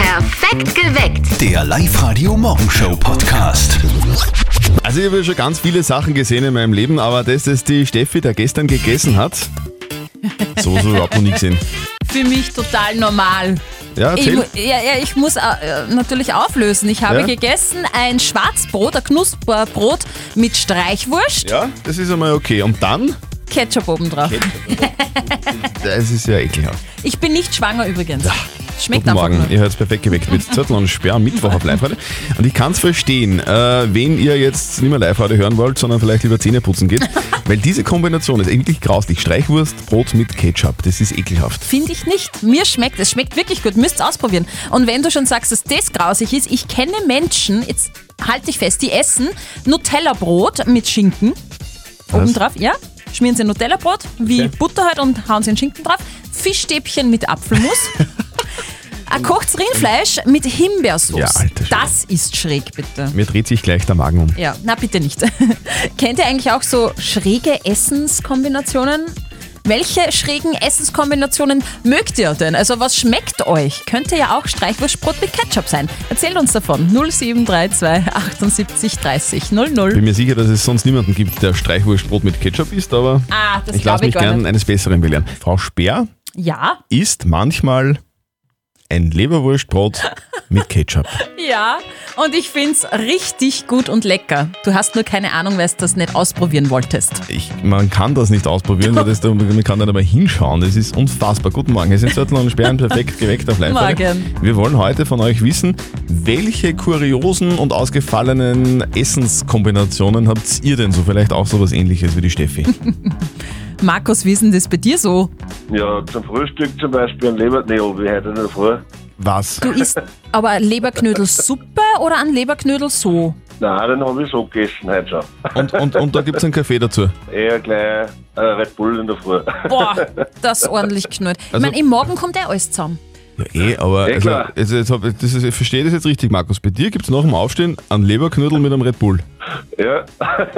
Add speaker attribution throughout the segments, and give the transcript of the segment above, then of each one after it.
Speaker 1: Perfekt geweckt.
Speaker 2: Der Live-Radio Morgenshow Podcast.
Speaker 3: Also ich habe schon ganz viele Sachen gesehen in meinem Leben, aber das ist die Steffi, der gestern gegessen hat. So, so überhaupt noch nie gesehen.
Speaker 4: für mich total normal.
Speaker 3: Ja,
Speaker 4: Ich,
Speaker 3: erzähl.
Speaker 4: mu- ja, ja, ich muss äh, äh, natürlich auflösen. Ich habe
Speaker 3: Ja.
Speaker 4: gegessen ein Schwarzbrot, ein Knusperbrot mit Streichwurst,
Speaker 3: Ja, das ist einmal okay. Und dann?
Speaker 4: Ketchup obendrauf.
Speaker 3: Das ist ja ekelhaft.
Speaker 4: Ich bin nicht schwanger übrigens. Schmeckt
Speaker 3: Guten
Speaker 4: einfach
Speaker 3: Morgen,
Speaker 4: nur.
Speaker 3: ihr hört perfekt geweckt mit Zettel und Sperr am Mittwoch auf Live-Radio. Und ich kann es verstehen, äh, wen ihr jetzt nicht mehr Live-Radio hören wollt, sondern vielleicht lieber Zähne putzen geht, weil diese Kombination ist eigentlich grauslich. Streichwurst, Brot mit Ketchup, das ist ekelhaft.
Speaker 4: Finde ich nicht. Mir schmeckt es. Schmeckt wirklich gut. Müsst ausprobieren. Und wenn du schon sagst, dass das grausig ist, ich kenne Menschen, jetzt halte ich fest, die essen Nutella-Brot mit Schinken obendrauf. Ja, schmieren sie ein Nutella-Brot wie Butter halt und hauen sie einen Schinken drauf. Fischstäbchen mit Apfelmus. Ein kochtes Rindfleisch mit Himbeersauce.
Speaker 3: Ja, alter Schwede.
Speaker 4: das ist schräg, bitte.
Speaker 3: Mir dreht sich gleich der Magen um.
Speaker 4: Ja, na bitte nicht. Kennt ihr eigentlich auch so schräge Essenskombinationen? Welche schrägen Essenskombinationen mögt ihr denn? Also was schmeckt euch? Könnte ja auch Streichwurstbrot mit Ketchup sein. Erzählt uns davon. 0732 78 30 00.
Speaker 3: Bin mir sicher, dass es sonst niemanden gibt, der Streichwurstbrot mit Ketchup isst, aber
Speaker 4: Ah, das
Speaker 3: ich
Speaker 4: glaub
Speaker 3: lasse
Speaker 4: ich
Speaker 3: mich
Speaker 4: gar
Speaker 3: gern
Speaker 4: nicht.
Speaker 3: eines Besseren belehren. Frau Speer
Speaker 4: Ja,
Speaker 3: isst manchmal ein Leberwurstbrot mit Ketchup.
Speaker 4: ja. Und ich find's richtig gut und lecker. Du hast nur keine Ahnung, weil du das nicht ausprobieren wolltest.
Speaker 3: Ich, man kann das nicht ausprobieren, weil das, da- man kann da dabei hinschauen. Das ist unfassbar. Guten Morgen, es sind Zettel und Sperren perfekt geweckt auf live
Speaker 4: Morgen.
Speaker 3: Wir wollen heute von euch wissen, welche kuriosen und ausgefallenen Essenskombinationen habt ihr denn so? Vielleicht auch sowas ähnliches wie die Steffi.
Speaker 4: Markus, wie ist denn das bei dir so?
Speaker 5: Ja, zum Frühstück zum Beispiel ein Leberneo, wie heute in der Früh.
Speaker 3: Was?
Speaker 4: Du isst aber Leberknödelsuppe oder an Leberknödel so?
Speaker 5: Nein, den habe ich so gegessen heute schon.
Speaker 3: Und, und, und da gibt es einen Kaffee dazu.
Speaker 5: Eher gleich äh, Red Bull in der Früh.
Speaker 4: Boah, das ordentlich knurrt. Ich
Speaker 3: Also-
Speaker 4: meine, im Morgen kommt eh alles zusammen.
Speaker 3: Ja, eh, aber
Speaker 5: Eh,
Speaker 3: also,
Speaker 5: klar.
Speaker 3: also jetzt hab, ich- das ist, ich verstehe das jetzt richtig, Markus. Bei dir gibt es nach dem Aufstehen einen Leberknödel mit einem Red Bull.
Speaker 5: Ja,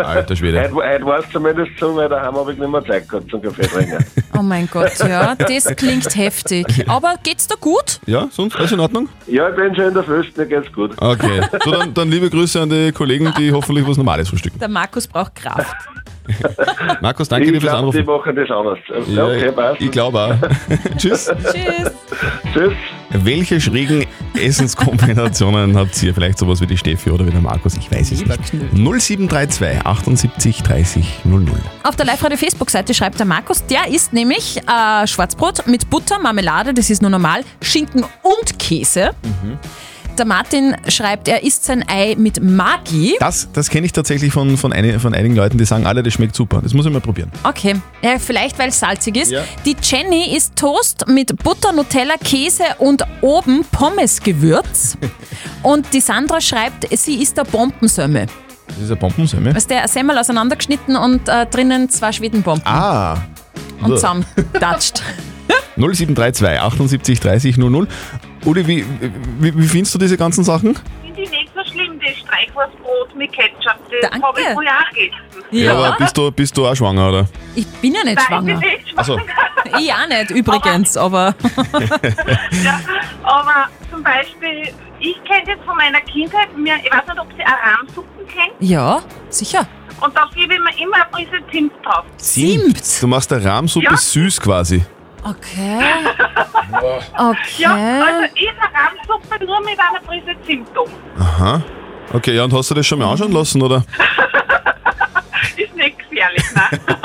Speaker 3: Alter Schwede.
Speaker 5: heute, heute war es zumindest so, weil daheim habe ich nicht mehr Zeit gehabt zum Kaffee trinken.
Speaker 4: Oh mein Gott, ja, das klingt heftig. Aber geht's dir gut?
Speaker 3: Ja, sonst? Alles in Ordnung?
Speaker 5: ja, ich bin schon in der Frühstück, mir geht's gut.
Speaker 3: Okay. So, dann, dann liebe Grüße an die Kollegen, die hoffentlich was Normales frühstücken.
Speaker 4: Der Markus braucht Kraft.
Speaker 3: Markus, danke dir
Speaker 5: ich
Speaker 3: fürs
Speaker 5: glaube, die
Speaker 3: Anrufen.
Speaker 5: machen das anders. Ja,
Speaker 3: Ja,
Speaker 5: okay, passt.
Speaker 3: ich glaube auch. Tschüss.
Speaker 4: Tschüss.
Speaker 5: Tschüss.
Speaker 3: Welche schrägen Essenskombinationen habt ihr? Vielleicht sowas wie die Steffi oder wie der Markus? Ich weiß es nicht. 0732 78 30 00.
Speaker 4: Auf der Live-Radio-Facebook-Seite schreibt der Markus, der isst nämlich äh, Schwarzbrot mit Butter, Marmelade, das ist nur normal, Schinken und Käse. Der Martin schreibt, er isst sein Ei mit Maggi.
Speaker 3: Das, das kenne ich tatsächlich von, von, eine, von einigen Leuten, die sagen, alle, das schmeckt super. Das muss ich mal probieren.
Speaker 4: Okay, ja, vielleicht weil es salzig ist.
Speaker 3: Ja.
Speaker 4: Die Jenny isst Toast mit Butter, Nutella, Käse und oben Pommesgewürz. und die Sandra schreibt, sie isst der Bombensömme.
Speaker 3: Das ist eine Bombensemme.
Speaker 4: Weißt du, ein Semmel auseinandergeschnitten und äh, drinnen zwei Schwedenbomben
Speaker 3: Ah.
Speaker 4: und
Speaker 3: so.
Speaker 4: zusammengetatscht.
Speaker 3: 0732 78 30 00. Uli, wie, wie, wie findest du diese ganzen Sachen?
Speaker 6: finde ich nicht so schlimm, das Streichwurstbrot mit Ketchup. Das
Speaker 4: Danke.
Speaker 6: habe ich vorher auch gegessen.
Speaker 3: aber bist du, bist du auch schwanger, oder? Also,
Speaker 4: Ich bin ja nicht
Speaker 6: Nein, ich
Speaker 4: schwanger.
Speaker 6: bin nicht schwanger.
Speaker 3: Achso.
Speaker 4: Ich auch nicht übrigens, aber
Speaker 6: Ja. Aber zum Beispiel, ich kenne das von meiner Kindheit, mir, ich weiß nicht, ob sie Aramsuppen kennt,
Speaker 4: ja, sicher.
Speaker 6: und da gebe ich mir immer ein bisschen Zimt drauf.
Speaker 4: Zimt.
Speaker 3: Du machst der Rahmsuppe
Speaker 6: Ja.
Speaker 3: süß quasi.
Speaker 4: Okay.
Speaker 6: Ja,
Speaker 4: Okay.
Speaker 6: also ich Aramsuppe nur mit einer Prise Zimt um. drauf.
Speaker 3: Aha. Okay, ja, und hast du das schon mal anschauen lassen, oder?
Speaker 6: Ist nicht gefährlich, ne?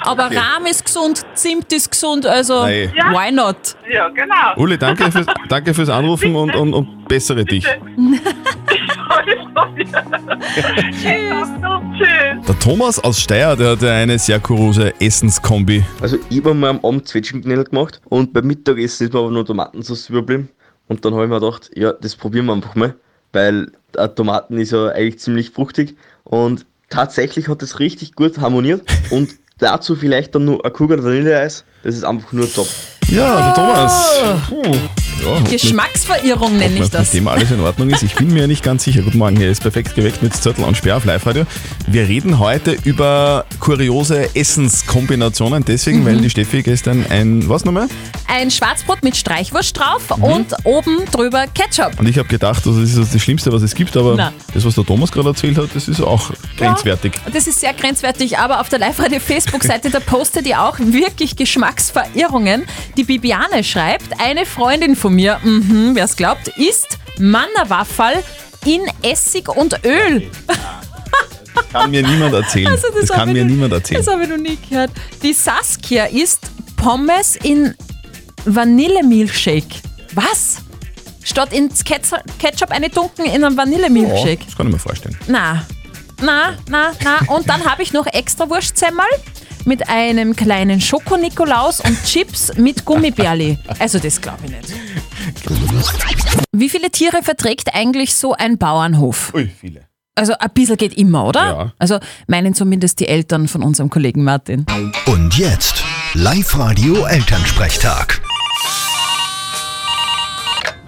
Speaker 4: Aber Rahm ist gesund, Zimt ist gesund, also
Speaker 3: Nein.
Speaker 6: Ja.
Speaker 4: why not?
Speaker 6: ja, genau.
Speaker 3: Uli, danke fürs, danke fürs Anrufen und, und, und bessere dich.
Speaker 6: Tschüss. Tschüss.
Speaker 3: Der Thomas aus Steyr, der hatte eine sehr kuriose Essenskombi.
Speaker 7: Also ich habe mir am Abend Zwetschgenknödel gemacht und beim Mittagessen ist mir aber nur Tomatensauce überblieben. Und dann habe ich mir gedacht, ja, das probieren wir einfach mal, weil äh, Tomaten ist ja eigentlich ziemlich fruchtig. Und tatsächlich hat das richtig gut harmoniert. Und dazu vielleicht dann nur ein Kugel Vanilleeis. Das ist einfach nur top.
Speaker 3: Ja, der Thomas. Puh. Ja, hoffentlich-
Speaker 4: Geschmacksverirrung nenne ich
Speaker 3: Ob
Speaker 4: das.
Speaker 3: Mit dem alles in Ordnung ist. Ich bin mir nicht ganz sicher. Guten Morgen, hier ist perfekt geweckt mit Zettel und Sperr auf Live-Radio. Wir reden heute über kuriose Essenskombinationen, deswegen,
Speaker 4: Mhm.
Speaker 3: weil die Steffi gestern ein, was nochmal?
Speaker 4: Ein Schwarzbrot mit Streichwurst drauf
Speaker 3: Mhm.
Speaker 4: und oben drüber Ketchup.
Speaker 3: Und ich habe gedacht, also das ist das Schlimmste, was es gibt, aber
Speaker 4: Na.
Speaker 3: das, was der Thomas gerade erzählt hat, das ist auch grenzwertig.
Speaker 4: Das ist sehr grenzwertig, aber auf der Live-Radio-Facebook-Seite, da postet ihr auch wirklich Geschmacksverirrungen. Die Bibiane schreibt, eine Freundin von mir, mhm, wer es glaubt, isst Mannerwaffel in Essig und Öl.
Speaker 3: Kann mir niemand erzählen. das kann
Speaker 4: habe
Speaker 3: mir
Speaker 4: Also ich noch-
Speaker 3: niemand erzählen.
Speaker 4: Das habe ich noch nie gehört. Die Saskia isst Pommes in Vanillemilchshake. Was? Statt ins Ketzer- Ketchup eine Dunken in einem
Speaker 3: Ja,
Speaker 4: Vanillemilchshake.
Speaker 3: das kann ich mir vorstellen.
Speaker 4: Na, na, na, na. Und dann habe ich noch extra Wurstsemmel mit einem kleinen Schoko-Nikolaus und Chips mit Gummibärli. Also das glaube ich nicht. Wie viele Tiere verträgt eigentlich so ein Bauernhof?
Speaker 3: Ui, viele.
Speaker 4: Also ein bisschen geht immer, oder?
Speaker 3: Ja.
Speaker 4: Also meinen zumindest die Eltern von unserem Kollegen Martin.
Speaker 2: Und jetzt Live-Radio Elternsprechtag.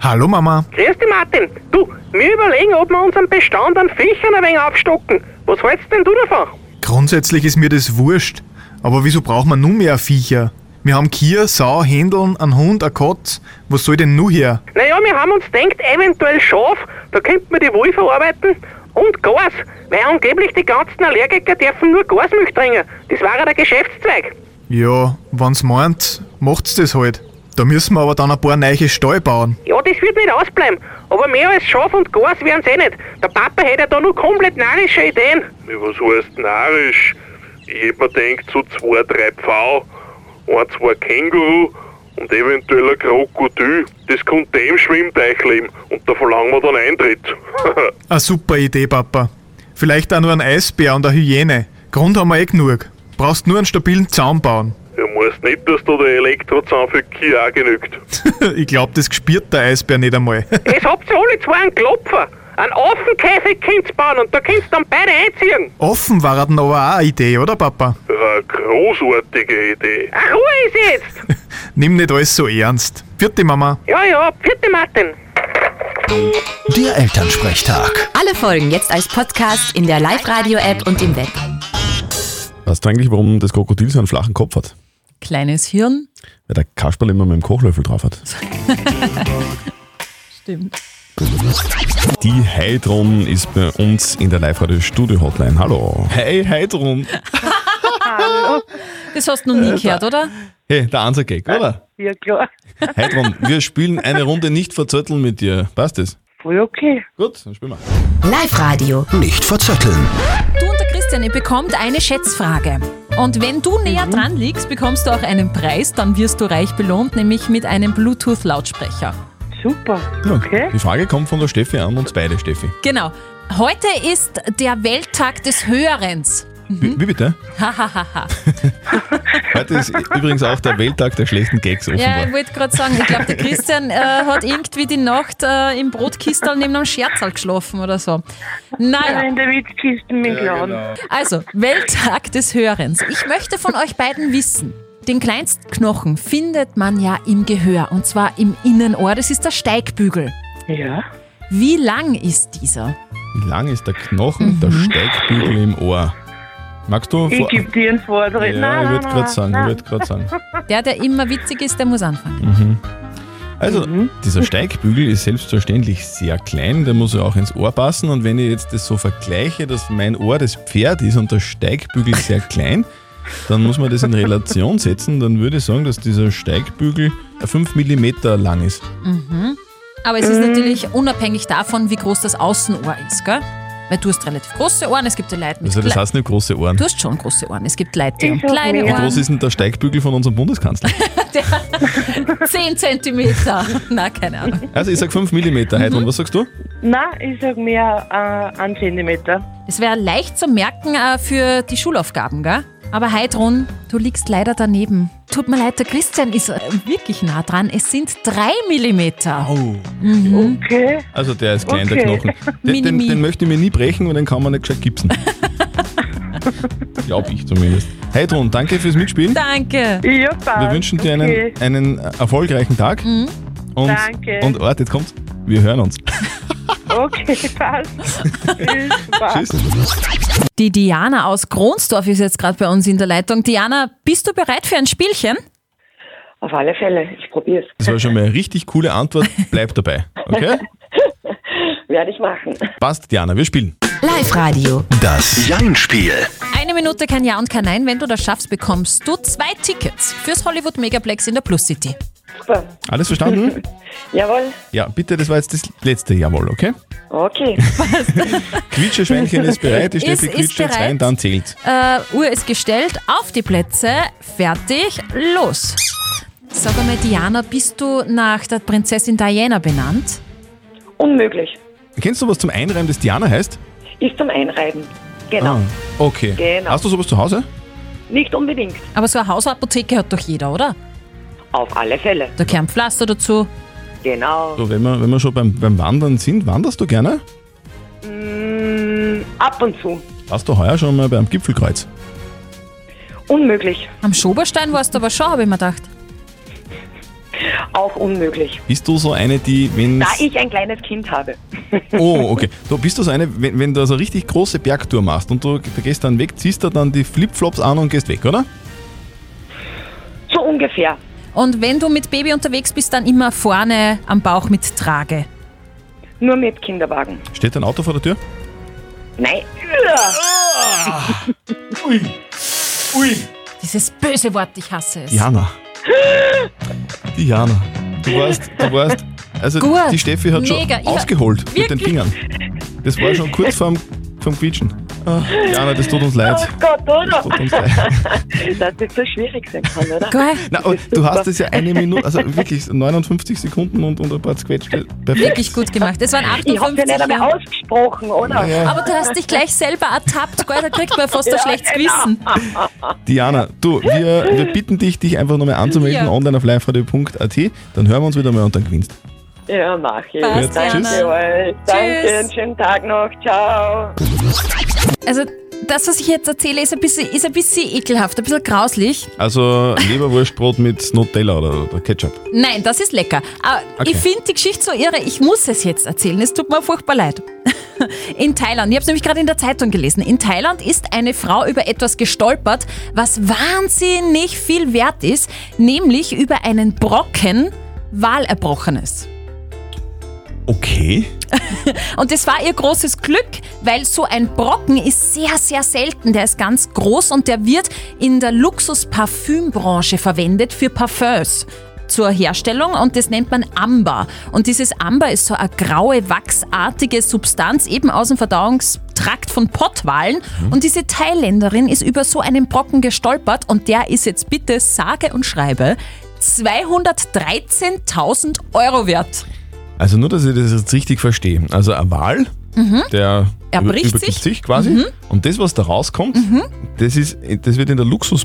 Speaker 1: Hallo Mama.
Speaker 8: Grüß dich, Martin. Du, wir überlegen, ob wir unseren Bestand an Fichern ein wenig aufstocken. Was hältst denn du davon?
Speaker 1: Grundsätzlich ist mir das wurscht. Aber wieso braucht man nun mehr Viecher? Wir haben Kier, Sau, Händeln, einen Hund, eine Katz. Was soll denn nun her?
Speaker 8: Naja, wir haben uns gedacht, eventuell Schaf, da könnte man die Wohl verarbeiten. Und Gas, weil angeblich die ganzen Allergiker dürfen nur Gasmilch trinken. Das wäre der Geschäftszweig.
Speaker 1: Ja, wenn's meint, macht's das halt. Da müssen wir aber dann ein paar neue Stall bauen.
Speaker 8: Ja, das wird nicht ausbleiben. Aber mehr als Schaf und Gas wären's eh nicht. Der Papa hätte ja da nur komplett narische Ideen.
Speaker 9: Ja, Was heißt narisch? Ich hätte mir gedacht, so zwei, drei Pfau, ein, zwei Känguru und eventuell ein Krokodil. Das könnte im Schwimmteich leben und da verlangen wir dann Eintritt.
Speaker 1: Eine super Idee, Papa. Vielleicht auch nur ein Eisbär und eine Hyäne. Grund haben wir eh genug. Brauchst nur einen stabilen Zaun bauen.
Speaker 9: du musst nicht, dass da der Elektrozahn für die Kia auch genügt.
Speaker 1: Ich glaub, das gespürt der Eisbär nicht einmal.
Speaker 8: Es habt ihr alle zwei einen Klopfer. Einen Affenkäfig könnt's bauen und da könnt's dann beide einziehen.
Speaker 1: Offen war er dann aber auch eine Idee, oder Papa?
Speaker 9: Eine großartige Idee.
Speaker 8: Ach, Ah, Ruhe ist jetzt!
Speaker 1: Nimm nicht alles so ernst. Vierte Mama.
Speaker 8: Ja, ja, vierte Martin.
Speaker 2: Der Elternsprechtag.
Speaker 10: Alle Folgen jetzt als Podcast in der Live-Radio-App und im Web.
Speaker 3: Weißt du eigentlich, warum das Krokodil so einen flachen Kopf hat?
Speaker 4: Kleines Hirn.
Speaker 3: Weil der Kasperl immer mit dem Kochlöffel drauf hat.
Speaker 4: Stimmt.
Speaker 3: Die Heidrun ist bei uns in der Live-Radio-Studio-Hotline. Hallo. Hey, Heidrun.
Speaker 4: Das hast du noch nie gehört, oder?
Speaker 3: Hey, der Answer-Gag, oder?
Speaker 8: Ja, klar.
Speaker 3: Heidrun, wir spielen eine Runde nicht verzötteln mit dir. Passt das?
Speaker 8: Voll okay.
Speaker 3: Gut, dann spielen wir.
Speaker 10: Live-Radio.
Speaker 2: Nicht verzetteln.
Speaker 4: Du und der Christian, ihr bekommt eine Schätzfrage. Und wenn du näher dran liegst, bekommst du auch einen Preis, dann wirst du reich belohnt, nämlich mit einem Bluetooth-Lautsprecher.
Speaker 8: Super.
Speaker 3: Die Frage kommt von der Steffi an, uns beide, Steffi.
Speaker 4: Genau. Heute ist der Welttag des Hörens.
Speaker 8: Mhm.
Speaker 3: Wie, wie bitte?
Speaker 4: Hahaha.
Speaker 3: Heute ist übrigens auch der Welttag der schlechten Gags
Speaker 4: ja,
Speaker 3: offenbar.
Speaker 4: ich wollte gerade sagen, ich glaube, der Christian äh, hat irgendwie die Nacht äh, im Brotkistel neben einem Scherzal geschlafen oder so. Naja.
Speaker 8: der Witzkisten mit Laden.
Speaker 3: genau.
Speaker 4: Also, Welttag des Hörens. Ich möchte von euch beiden wissen. Den kleinsten Knochen findet man ja im Gehör und zwar im Innenohr. Das ist der Steigbügel.
Speaker 8: Ja.
Speaker 4: Wie lang ist dieser?
Speaker 3: Wie lang ist der Knochen, der Steigbügel im Ohr? Magst du?
Speaker 8: Mhm. Ich
Speaker 3: vor-
Speaker 8: geb dir einen Vortritt.
Speaker 3: ja, ich würde gerade sagen, ich würde gerade sagen.
Speaker 4: Der, der immer witzig ist, der muss anfangen.
Speaker 3: Also,
Speaker 4: Mhm.
Speaker 3: dieser Steigbügel ist selbstverständlich sehr klein, der muss ja auch ins Ohr passen. Und wenn ich jetzt das so vergleiche, dass mein Ohr das Pferd ist und der Steigbügel sehr klein, dann muss man das in Relation setzen. Dann würde ich sagen, dass dieser Steigbügel 5 mm lang ist.
Speaker 4: Aber es ist natürlich unabhängig davon, wie groß das Außenohr ist, gell? Weil du hast relativ große Ohren, es gibt ja Leute mit
Speaker 3: Also, das
Speaker 4: klei-
Speaker 3: heißt nicht große Ohren.
Speaker 4: Du hast schon große Ohren. Es gibt Leute, die haben
Speaker 8: Ich hab
Speaker 4: kleine
Speaker 8: mehr.
Speaker 3: Wie groß
Speaker 4: Ohren.
Speaker 3: ist denn der Steigbügel von unserem Bundeskanzler?
Speaker 4: 10 Zentimeter. Na, keine Ahnung.
Speaker 3: Also, ich sag 5 mm.
Speaker 4: Mhm.
Speaker 3: Heidrun, was sagst du?
Speaker 8: Nein, ich sag mehr äh, einen Zentimeter.
Speaker 4: Es wäre leicht zu merken äh, für die Schulaufgaben, gell? Aber Heidrun, du liegst leider daneben. Tut mir leid, der Christian ist äh, wirklich nah dran. Es sind drei Millimeter.
Speaker 3: Oh.
Speaker 8: Okay.
Speaker 3: Also, der ist klein, der
Speaker 8: Okay.
Speaker 3: Knochen. Den, den,
Speaker 4: Mini-Mi.
Speaker 3: den möchte ich mir nie brechen, weil den kann man nicht gescheit gipsen. Glaub ich zumindest. Heidrun, danke fürs Mitspielen.
Speaker 4: Danke.
Speaker 8: Ja, passt.
Speaker 11: Ah,
Speaker 3: Wir wünschen dir einen,
Speaker 8: Okay.
Speaker 3: einen erfolgreichen Tag. Und,
Speaker 6: Danke.
Speaker 3: Und Ort, jetzt kommt's. Wir hören uns.
Speaker 6: Okay, passt. Tschüss, passt.
Speaker 4: Die Diana aus Kronsdorf ist jetzt gerade bei uns in der Leitung. Diana, bist du bereit für ein Spielchen?
Speaker 12: Auf alle Fälle, ich probiere
Speaker 3: Das war schon mal eine richtig coole Antwort. Bleib dabei. Okay?
Speaker 12: es. Werde ich machen.
Speaker 3: Passt, Diana, wir spielen.
Speaker 10: Live Radio.
Speaker 2: Das Jein-Spiel.
Speaker 4: Eine Minute kein Ja und kein Nein. Wenn du das schaffst, bekommst du zwei Tickets fürs Hollywood Megaplex in der Plus City.
Speaker 12: Super.
Speaker 3: Alles verstanden?
Speaker 12: Jawohl.
Speaker 3: Ja, bitte, das war jetzt das letzte Jawohl, okay?
Speaker 12: Okay.
Speaker 3: Quietscheschweinchen ist bereit, die Steffi
Speaker 4: Ist- ist
Speaker 3: quietscht jetzt
Speaker 4: bereit.
Speaker 3: rein, dann zählt.
Speaker 4: Äh, Uhr ist gestellt, auf die Plätze, fertig, los. Sag einmal, Diana, bist du nach der Prinzessin Diana benannt?
Speaker 12: Unmöglich.
Speaker 3: Kennst du was zum Einreiben, das Diana heißt?
Speaker 12: Ist zum Einreiben. Genau.
Speaker 3: Ah, okay.
Speaker 12: Genau.
Speaker 3: Hast du sowas zu Hause?
Speaker 12: Nicht unbedingt.
Speaker 4: Aber so eine Hausapotheke hat doch jeder, oder?
Speaker 12: Auf alle Fälle.
Speaker 4: Da gehören Pflaster dazu.
Speaker 12: Genau.
Speaker 3: So, Oh, wenn wir, wenn wir schon beim, beim Wandern sind, wanderst du gerne?
Speaker 12: Mm, ab und zu.
Speaker 3: Warst du heuer schon mal beim Gipfelkreuz?
Speaker 12: Unmöglich.
Speaker 4: Am Schoberstein warst du aber schon, habe ich mir gedacht.
Speaker 12: Auch unmöglich.
Speaker 3: Bist du so eine, die, wenn.
Speaker 12: Da ich ein kleines Kind habe.
Speaker 3: Oh, okay. Du bist du so eine, wenn, wenn du so eine richtig große Bergtour machst und du gehst dann weg, ziehst du dann die Flipflops an und gehst weg, oder?
Speaker 12: So ungefähr.
Speaker 4: Und wenn du mit Baby unterwegs bist, dann immer vorne am Bauch mit Trage.
Speaker 12: Nur mit Kinderwagen.
Speaker 3: Steht ein Auto vor der Tür?
Speaker 12: Nein.
Speaker 3: Ui. Ui.
Speaker 4: Dieses böse Wort, ich hasse es.
Speaker 3: Diana. Diana. Du warst, du warst, also
Speaker 4: Gut.
Speaker 3: die Steffi hat schon
Speaker 4: Mega. Ich hab-
Speaker 3: ausgeholt mit den
Speaker 4: Wirklich.
Speaker 3: Fingern. Das war schon kurz vorm, vorm Quietschen. Ah, Diana, das tut uns leid.
Speaker 12: Oh Gott, oder?
Speaker 3: Tut uns leid.
Speaker 12: Dass das so schwierig sein kann, oder?
Speaker 4: Geil.
Speaker 3: Na, aber du hast es ja eine Minute, also wirklich 59 Sekunden und, und ein paar zquetschte. Perfekt.
Speaker 4: Wirklich gut gemacht. Es waren
Speaker 12: Ich habe ja
Speaker 4: 58
Speaker 12: nicht einmal
Speaker 4: Jahre.
Speaker 12: ausgesprochen, oder?
Speaker 3: Ja.
Speaker 4: Aber du hast dich gleich selber ertappt, gell? da kriegt man fast ein
Speaker 12: Ja,
Speaker 4: schlechtes
Speaker 12: genau.
Speaker 4: Gewissen.
Speaker 3: Diana, du, wir, wir bitten dich, dich einfach nochmal anzumelden,
Speaker 4: Ja.
Speaker 3: online auf liveradio.at. Dann hören wir uns wieder mal und dann gewinnst.
Speaker 12: Ja, mach ich.
Speaker 4: Passt,
Speaker 12: Danke,
Speaker 4: Diana.
Speaker 12: Jawohl. Danke, einen schönen Tag noch. Ciao.
Speaker 4: Also, das, was ich jetzt erzähle, ist ein bisschen, ist ein bisschen ekelhaft, ein bisschen grauslich.
Speaker 3: Also Leberwurstbrot mit Nutella oder, oder Ketchup.
Speaker 4: Nein, das ist lecker. Aber
Speaker 3: Okay.
Speaker 4: ich finde die Geschichte so irre, ich muss es jetzt erzählen. Es tut mir furchtbar leid. In Thailand, ich habe es nämlich gerade in der Zeitung gelesen, in Thailand ist eine Frau über etwas gestolpert, was wahnsinnig viel wert ist, nämlich über einen Brocken Wahlerbrochenes.
Speaker 3: Okay.
Speaker 4: Und das war ihr großes Glück, weil so ein Brocken ist sehr, sehr selten. Der ist ganz groß und der wird in der Luxus-Parfümbranche verwendet für Parfums zur Herstellung und das nennt man Amber. Und dieses Amber ist so eine graue, wachsartige Substanz eben aus dem Verdauungstrakt von Pottwalen. Und diese Thailänderin ist über so einen Brocken gestolpert und der ist jetzt bitte sage und schreibe 213.000 Euro wert.
Speaker 3: Also nur, dass ich das jetzt richtig verstehe. Also ein Wal, der
Speaker 4: Mhm. Er bricht
Speaker 3: übergibt
Speaker 4: sich. Mhm.
Speaker 3: sich, quasi. Und das, was da rauskommt, das, ist, das wird in der Luxus-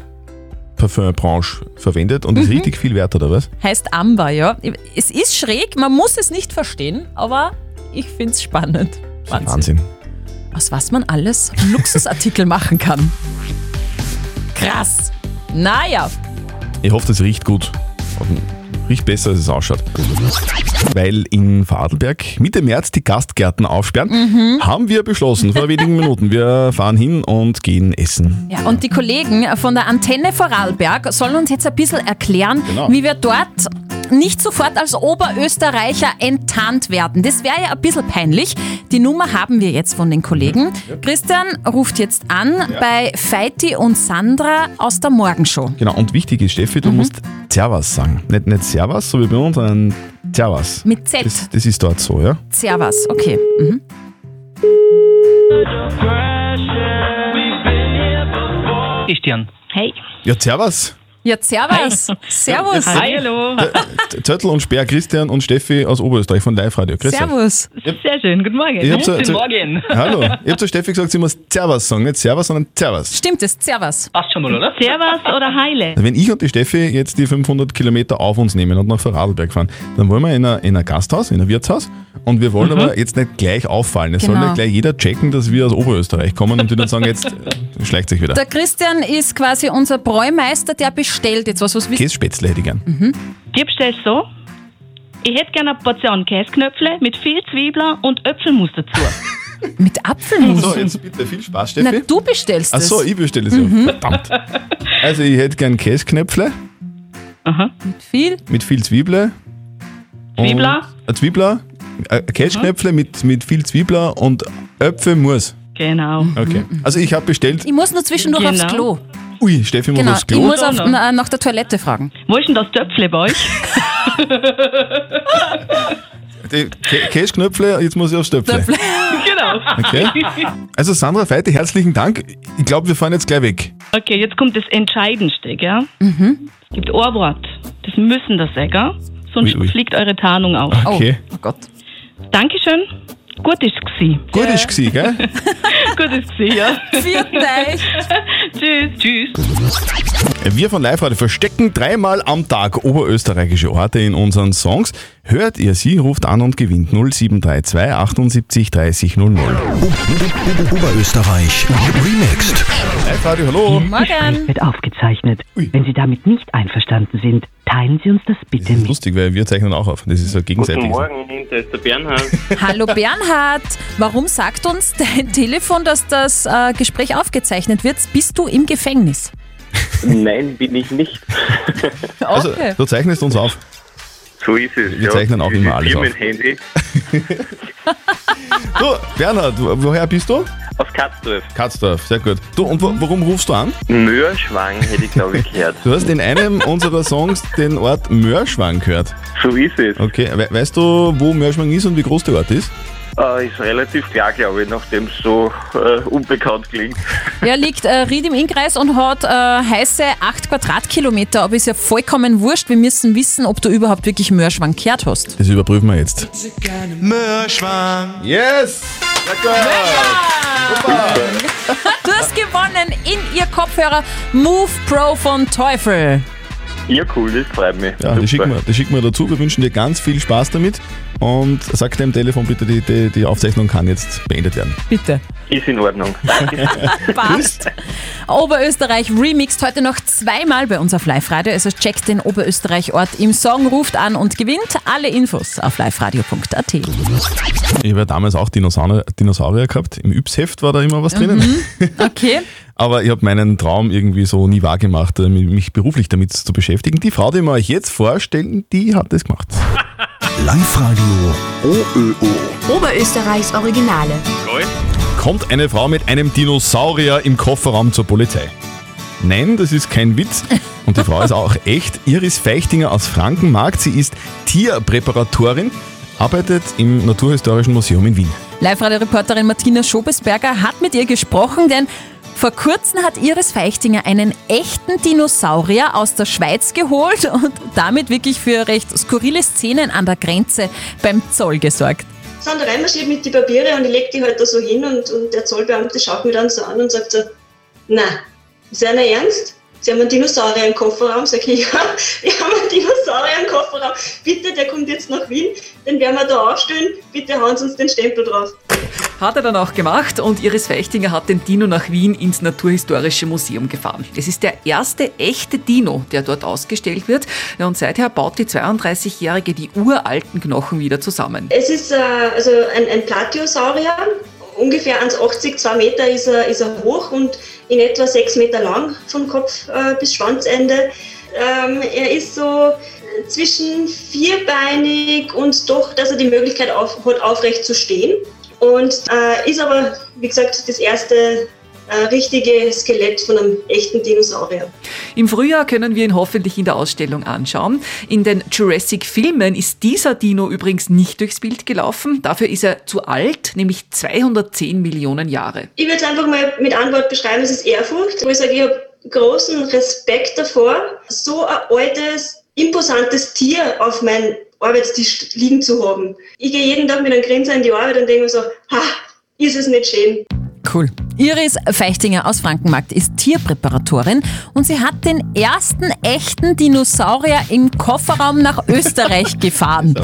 Speaker 3: Parfümbranche verwendet und
Speaker 4: Mhm.
Speaker 3: ist richtig viel wert, oder was?
Speaker 4: heißt Amber, ja. Es ist schräg, man muss es nicht verstehen, aber ich finde es spannend. Wahnsinn.
Speaker 3: Wahnsinn.
Speaker 4: Aus was man alles Luxusartikel machen kann. Krass. Naja,
Speaker 3: Ich hoffe, das riecht gut. Riecht besser, als es ausschaut. Weil in Fadelberg Mitte März die Gastgärten aufsperren, haben wir beschlossen vor wenigen Minuten. Wir fahren hin und gehen essen.
Speaker 4: Ja, und die Kollegen von der Antenne Vorarlberg sollen uns jetzt ein bisschen erklären,
Speaker 3: Genau.
Speaker 4: wie wir dort nicht sofort als Oberösterreicher enttarnt werden. Das wäre ja ein bisschen peinlich. Die Nummer haben wir jetzt von den Kollegen. Christian ruft jetzt an bei Feiti und Sandra aus der Morgenshow.
Speaker 3: Genau, und wichtig ist, Steffi,
Speaker 4: Mhm.
Speaker 3: du musst Servas sagen. Nicht, nicht Servas, so wie bei uns, sondern Servas.
Speaker 4: Mit Z.
Speaker 3: Das, das ist dort so, ja?
Speaker 4: Servus, okay. Mhm.
Speaker 13: Christian. Hey.
Speaker 3: Ja, Servus.
Speaker 4: Ja, Servus. Servus.
Speaker 13: hallo.
Speaker 3: Zöttl und Speer, Christian und Steffi aus Oberösterreich von Live Radio. Grüß euch.
Speaker 4: Servus.
Speaker 13: Sehr schön, guten Morgen.
Speaker 3: Ich hab zu- zu-
Speaker 13: Morgen.
Speaker 3: Hallo. Ich habe zu Steffi gesagt, sie muss Servus sagen. Nicht Servus, sondern Servus.
Speaker 4: Stimmt es, Servus.
Speaker 13: Passt schon mal, oder? Servus oder Heile.
Speaker 3: Wenn ich und die Steffi jetzt die 500 Kilometer auf uns nehmen und nach Vorarlberg fahren, dann wollen wir in ein, in ein Gasthaus, in ein Wirtshaus und wir wollen aber jetzt nicht gleich auffallen. Es soll
Speaker 4: Mhm. Genau.
Speaker 3: nicht gleich jeder checken, dass wir aus Oberösterreich kommen und die dann sagen, jetzt äh, schleicht sich wieder.
Speaker 4: Der Christian ist quasi unser Bräumeister, der bestellt jetzt was. Was willst
Speaker 3: Kässpätzle hätte ich gern.
Speaker 13: Ich bestell's so. Ich hätte gerne eine Portion Käsknöpfle mit viel Zwiebeln und Äpfelmus dazu.
Speaker 4: mit Apfelmus?
Speaker 3: So, jetzt bitte viel Spaß,
Speaker 4: Na,
Speaker 3: Steffi.
Speaker 4: du Mhm. bestellst es.
Speaker 3: Achso, ich bestelle es ja. Verdammt. Also, ich hätte gern Käseknöpfle.
Speaker 13: Aha.
Speaker 4: Mit viel?
Speaker 3: Mit viel Zwiebeln.
Speaker 13: Zwiebler.
Speaker 3: Und- Äh, Zwiebler. Äh, Käseknöpfle
Speaker 4: Mhm.
Speaker 3: mit, mit viel Zwiebler und Äpfelmus.
Speaker 13: Genau.
Speaker 3: Okay.
Speaker 4: Mhm.
Speaker 3: Also, ich habe bestellt.
Speaker 4: Ich muss nur zwischendurch
Speaker 13: Genau.
Speaker 4: aufs Klo.
Speaker 3: Ui, Steffi muss
Speaker 4: Genau,
Speaker 3: aufs
Speaker 4: ich
Speaker 3: Klo.
Speaker 4: muss auf, na, nach der Toilette fragen.
Speaker 13: Wo ist denn das Töpfle bei euch?
Speaker 3: Die Kä- Käseknöpfle, jetzt muss ich aufs Töpfle.
Speaker 13: genau.
Speaker 3: Okay. Also, Sandra Feite, herzlichen Dank. Ich glaube, wir fahren jetzt gleich weg.
Speaker 13: Okay, jetzt kommt das Entscheidendste, gell? Es gibt ein Wort. Das müssen das sein, gell? Sonst
Speaker 3: Ui, ui.
Speaker 13: fliegt eure Tarnung auf.
Speaker 3: Okay.
Speaker 4: Oh Gott.
Speaker 13: Dankeschön. Gut ist gsi.
Speaker 3: Gut ist gsi, gell?
Speaker 13: Gut ist gsi, ja.
Speaker 4: Viert euch.
Speaker 13: Tschüss. Tschüss.
Speaker 3: Wir von Live Radio verstecken dreimal am Tag oberösterreichische Orte in unseren Songs. Hört ihr sie, ruft an und gewinnt 0732 78 30 00.
Speaker 2: Oberösterreich Remixed.
Speaker 3: Live Radio, hallo.
Speaker 4: Morgen.
Speaker 14: Wird aufgezeichnet. Wenn Sie damit nicht einverstanden sind, teilen Sie uns das bitte
Speaker 3: Das ist lustig, weil wir zeichnen auch auf. Das ist so gegenseitig.
Speaker 15: Morgen, da ist der Bernhard.
Speaker 4: Hallo Bernhard, warum sagt uns dein Telefon, dass das äh, Gespräch aufgezeichnet wird? Bist du im Gefängnis?
Speaker 15: Nein, bin ich nicht.
Speaker 3: Also, du zeichnest uns auf.
Speaker 15: So ist es.
Speaker 3: Wir zeichnen auch immer alles auf.
Speaker 15: Handy
Speaker 3: Du, Bernhard, wo- woher bist du?
Speaker 15: aus Katzdorf.
Speaker 3: Katzdorf, sehr gut. Du, und wo, warum rufst du an?
Speaker 15: Mörschwang hätte ich, glaube ich, gehört.
Speaker 3: Du hast in einem unserer Songs den Ort Mörschwang gehört.
Speaker 15: So ist es.
Speaker 3: Okay, we weißt du, wo Mörschwang ist und wie groß der Ort ist?
Speaker 15: Äh, ist relativ klar, glaube ich, nachdem es so äh, unbekannt klingt.
Speaker 4: Er liegt äh, Ried im Innkreis und hat äh, heiße 8 Quadratkilometer, aber ist ja vollkommen wurscht. Wir müssen wissen, ob du überhaupt wirklich Mörschwang gehört hast.
Speaker 3: Das überprüfen wir jetzt.
Speaker 4: Mörschwang.
Speaker 3: Yes!
Speaker 4: Du hast gewonnen in ihr Kopfhörer Move Pro von Teufel.
Speaker 15: Ja, cool, das freut mich.
Speaker 3: Ja, das schicken, wir, das schicken wir dazu. Wir wünschen dir ganz viel Spaß damit. Und sag dem Telefon bitte, die, die, die Aufzeichnung kann jetzt beendet werden.
Speaker 4: Bitte.
Speaker 15: Ist in Ordnung.
Speaker 4: Passt. Oberösterreich remixt heute noch zweimal bei uns auf Live-Radio. Also checkt den Oberösterreich-Ort im Song, ruft an und gewinnt. Alle Infos auf liveradio.at.
Speaker 3: Ich habe ja damals auch Dinosaurier, Dinosaurier gehabt. Im Yps-Heft war da immer was drinnen.
Speaker 4: Okay.
Speaker 3: Aber ich habe meinen Traum irgendwie so nie wahrgemacht, äh, mich beruflich damit zu beschäftigen. Die Frau, die wir euch jetzt vorstellen, die hat das gemacht.
Speaker 2: Live-Radio OÖO.
Speaker 10: Oberösterreichs Originale.
Speaker 3: Kommt eine Frau mit einem Dinosaurier im Kofferraum zur Polizei? Nein, das ist kein Witz. Und die Frau ist auch echt. Iris Feichtinger aus Frankenmarkt. Sie ist Tierpräparatorin, arbeitet im Naturhistorischen Museum in Wien.
Speaker 4: Live-Radio-Reporterin Martina Schobesberger hat mit ihr gesprochen, denn vor kurzem hat Iris Feichtinger einen echten Dinosaurier aus der Schweiz geholt und damit wirklich für recht skurrile Szenen an der Grenze beim Zoll gesorgt.
Speaker 11: sind da reinmarschiert mit die Papiere und ich leg die halt da so hin und, und der Zollbeamte schaut mir dann so an und sagt so, na, ist einer ernst? Sie haben einen Dinosaurier im Kofferraum? Sag ich, ja, wir haben einen Dinosaurier im Kofferraum. Bitte, der kommt jetzt nach Wien, den werden wir da aufstellen. Bitte hauen Sie uns den Stempel drauf.
Speaker 16: Hat er dann auch gemacht und Iris Feichtinger hat den Dino nach Wien ins Naturhistorische Museum gefahren. Es ist der erste echte Dino, der dort ausgestellt wird Ja, und seither baut die 32-Jährige die uralten Knochen wieder zusammen.
Speaker 11: Es ist äh, also ein, ein Platyosaurier, ungefähr 1,80, 2 Meter ist er, ist er hoch und in etwa 6 Meter lang, von Kopf äh, bis Schwanzende. Ähm, er ist so zwischen vierbeinig und doch, dass er die Möglichkeit auf, hat, aufrecht zu stehen. Und äh, ist aber, wie gesagt, das erste äh, richtige Skelett von einem echten Dinosaurier.
Speaker 16: Im Frühjahr können wir ihn hoffentlich in der Ausstellung anschauen. In den Jurassic-Filmen ist dieser Dino übrigens nicht durchs Bild gelaufen. Dafür ist er zu alt, nämlich 210 Millionen Jahre.
Speaker 11: Ich würde es einfach mal mit einem Wort beschreiben, es ist Ehrfurcht, wo ich sage, ich habe großen Respekt davor, so ein altes, imposantes Tier auf meinem Arbeitstisch liegen zu haben. Ich gehe jeden Tag mit einem Grinsen in die Arbeit und denke mir so, ha, ist es nicht schön.
Speaker 4: Cool. Iris Feichtinger aus Frankenmarkt ist Tierpräparatorin und sie hat den ersten echten Dinosaurier im Kofferraum nach Österreich gefahren.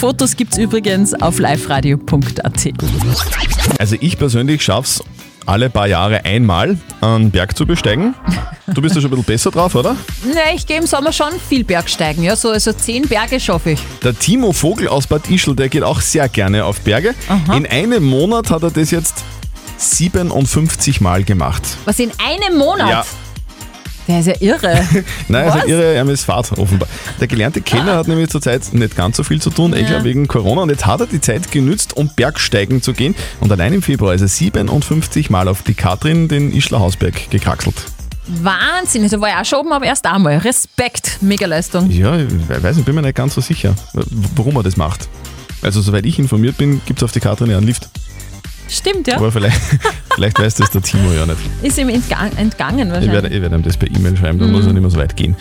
Speaker 4: Fotos gibt's übrigens auf liveradio.at.
Speaker 3: Also ich persönlich schaff's alle paar Jahre einmal einen Berg zu besteigen. Du bist ja schon ein bisschen besser drauf, oder?
Speaker 4: Ne, ich gehe im Sommer schon viel Bergsteigen, ja, so also zehn Berge schaffe ich.
Speaker 3: Der Timo Vogel aus Bad Ischl, der geht auch sehr gerne auf Berge. In einem Monat hat er das jetzt 57 Mal gemacht.
Speaker 4: Was in einem Monat?
Speaker 3: Ja.
Speaker 4: Der ist ja irre.
Speaker 3: Nein,
Speaker 4: Was? Ah.
Speaker 3: also ihre MS Fahrt offenbar. Der gelernte Kellner hat nämlich zurzeit nicht ganz so viel zu tun,
Speaker 4: Ja.
Speaker 3: ja. wegen Corona. Und jetzt hat er die Zeit genützt, um Bergsteigen zu gehen. Und allein im Februar ist er 57 Mal auf die Katrin den Ischler Hausberg gekraxelt.
Speaker 4: Wahnsinn, also war ja auch schon oben, aber erst einmal. Respekt, mega Leistung.
Speaker 3: Ja, ich weiß nicht, bin mir nicht ganz so sicher, w- warum er das macht. Also, soweit ich informiert bin, gibt es auf die Katrin ja einen Lift.
Speaker 4: Stimmt, ja.
Speaker 3: Aber vielleicht, vielleicht weiß das der Timo ja nicht.
Speaker 4: Ist ihm entgang, entgangen
Speaker 3: Ich
Speaker 4: wahrscheinlich.
Speaker 3: werde, ich werde ihm das per E-Mail schreiben, dann muss er nicht mehr so weit gehen.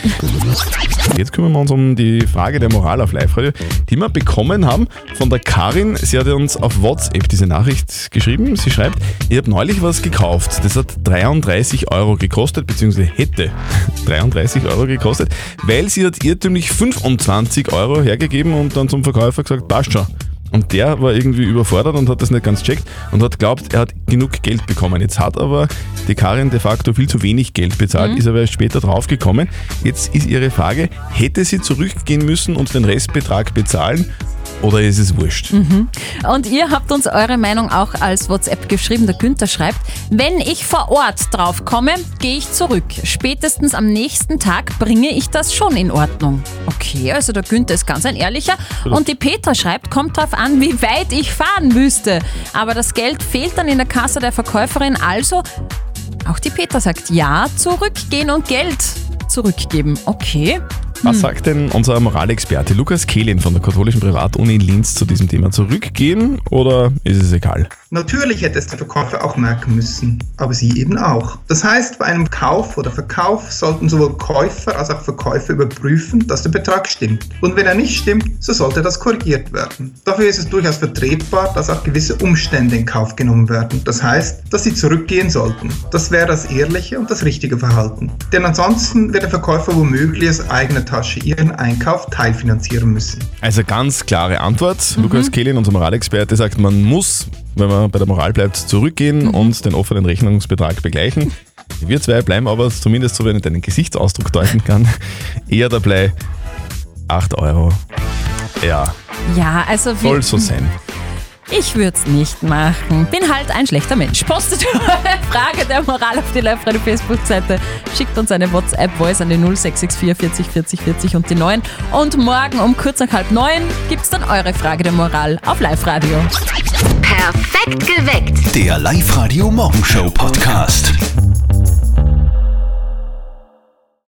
Speaker 3: Jetzt kümmern wir uns um die Frage der Moral auf live heute, die wir bekommen haben von der Karin. Sie hat uns auf WhatsApp diese Nachricht geschrieben. Sie schreibt, ich habe neulich was gekauft. Das hat 33 Euro gekostet, beziehungsweise hätte 33 Euro gekostet, weil sie hat irrtümlich 25 Euro hergegeben und dann zum Verkäufer gesagt, passt schon. Und der war irgendwie überfordert und hat das nicht ganz checkt und hat glaubt, er hat genug Geld bekommen. Jetzt hat aber die Karin de facto viel zu wenig Geld bezahlt,
Speaker 4: Mhm.
Speaker 3: ist aber erst später draufgekommen. Jetzt ist ihre Frage, hätte sie zurückgehen müssen und den Restbetrag bezahlen oder ist es wurscht?
Speaker 4: Mhm. Und ihr habt uns eure Meinung auch als WhatsApp geschrieben. Der Günther schreibt, wenn ich vor Ort drauf komme, gehe ich zurück. Spätestens am nächsten Tag bringe ich das schon in Ordnung. Okay, also der Günther ist ganz ein ehrlicher. Und die Petra schreibt, kommt drauf an, wie weit ich fahren müsste. Aber das Geld fehlt dann in der Kasse der Verkäuferin, also auch die Petra sagt, ja, zurückgehen und Geld zurückgeben. Okay.
Speaker 3: Was sagt denn unser Moralexperte Lukas Kehlin von der katholischen Privatuni in Linz zu diesem Thema? Zurückgehen oder ist es egal?
Speaker 17: Natürlich hätte es der Verkäufer auch merken müssen, aber sie eben auch. Das heißt, bei einem Kauf oder Verkauf sollten sowohl Käufer als auch Verkäufer überprüfen, dass der Betrag stimmt. Und wenn er nicht stimmt, so sollte das korrigiert werden. Dafür ist es durchaus vertretbar, dass auch gewisse Umstände in Kauf genommen werden. Das heißt, dass sie zurückgehen sollten. Das wäre das ehrliche und das richtige Verhalten. Denn ansonsten wird der Verkäufer womöglich aus eigener Tasche ihren Einkauf teilfinanzieren müssen.
Speaker 3: Also ganz klare Antwort. Lukas Kehlin, unser Moralexperte, sagt, man muss, wenn man bei der Moral bleibt, zurückgehen und den offenen Rechnungsbetrag begleichen. Wir zwei bleiben aber, zumindest so, wenn ich deinen Gesichtsausdruck deuten kann, eher dabei 8 Euro. Ja,
Speaker 4: Ja, also wir-
Speaker 3: soll so sein.
Speaker 4: Ich würde es nicht machen. Bin halt ein schlechter Mensch. Postet eure Frage der Moral auf die live Facebook-Seite. Schickt uns eine WhatsApp-Voice an die 0664 40 40 40 und die 9. Und morgen um kurz nach halb neun gibt's dann eure Frage der Moral auf Live-Radio.
Speaker 10: Perfekt geweckt.
Speaker 2: Der Live-Radio Morgenshow Podcast.